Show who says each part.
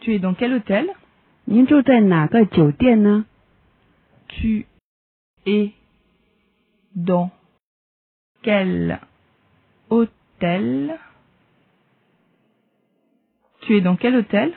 Speaker 1: Tu es dans quel hôtel
Speaker 2: 您住在哪个酒店呢？
Speaker 1: Tu es dans quel hôtel Tu es dans quel hôtel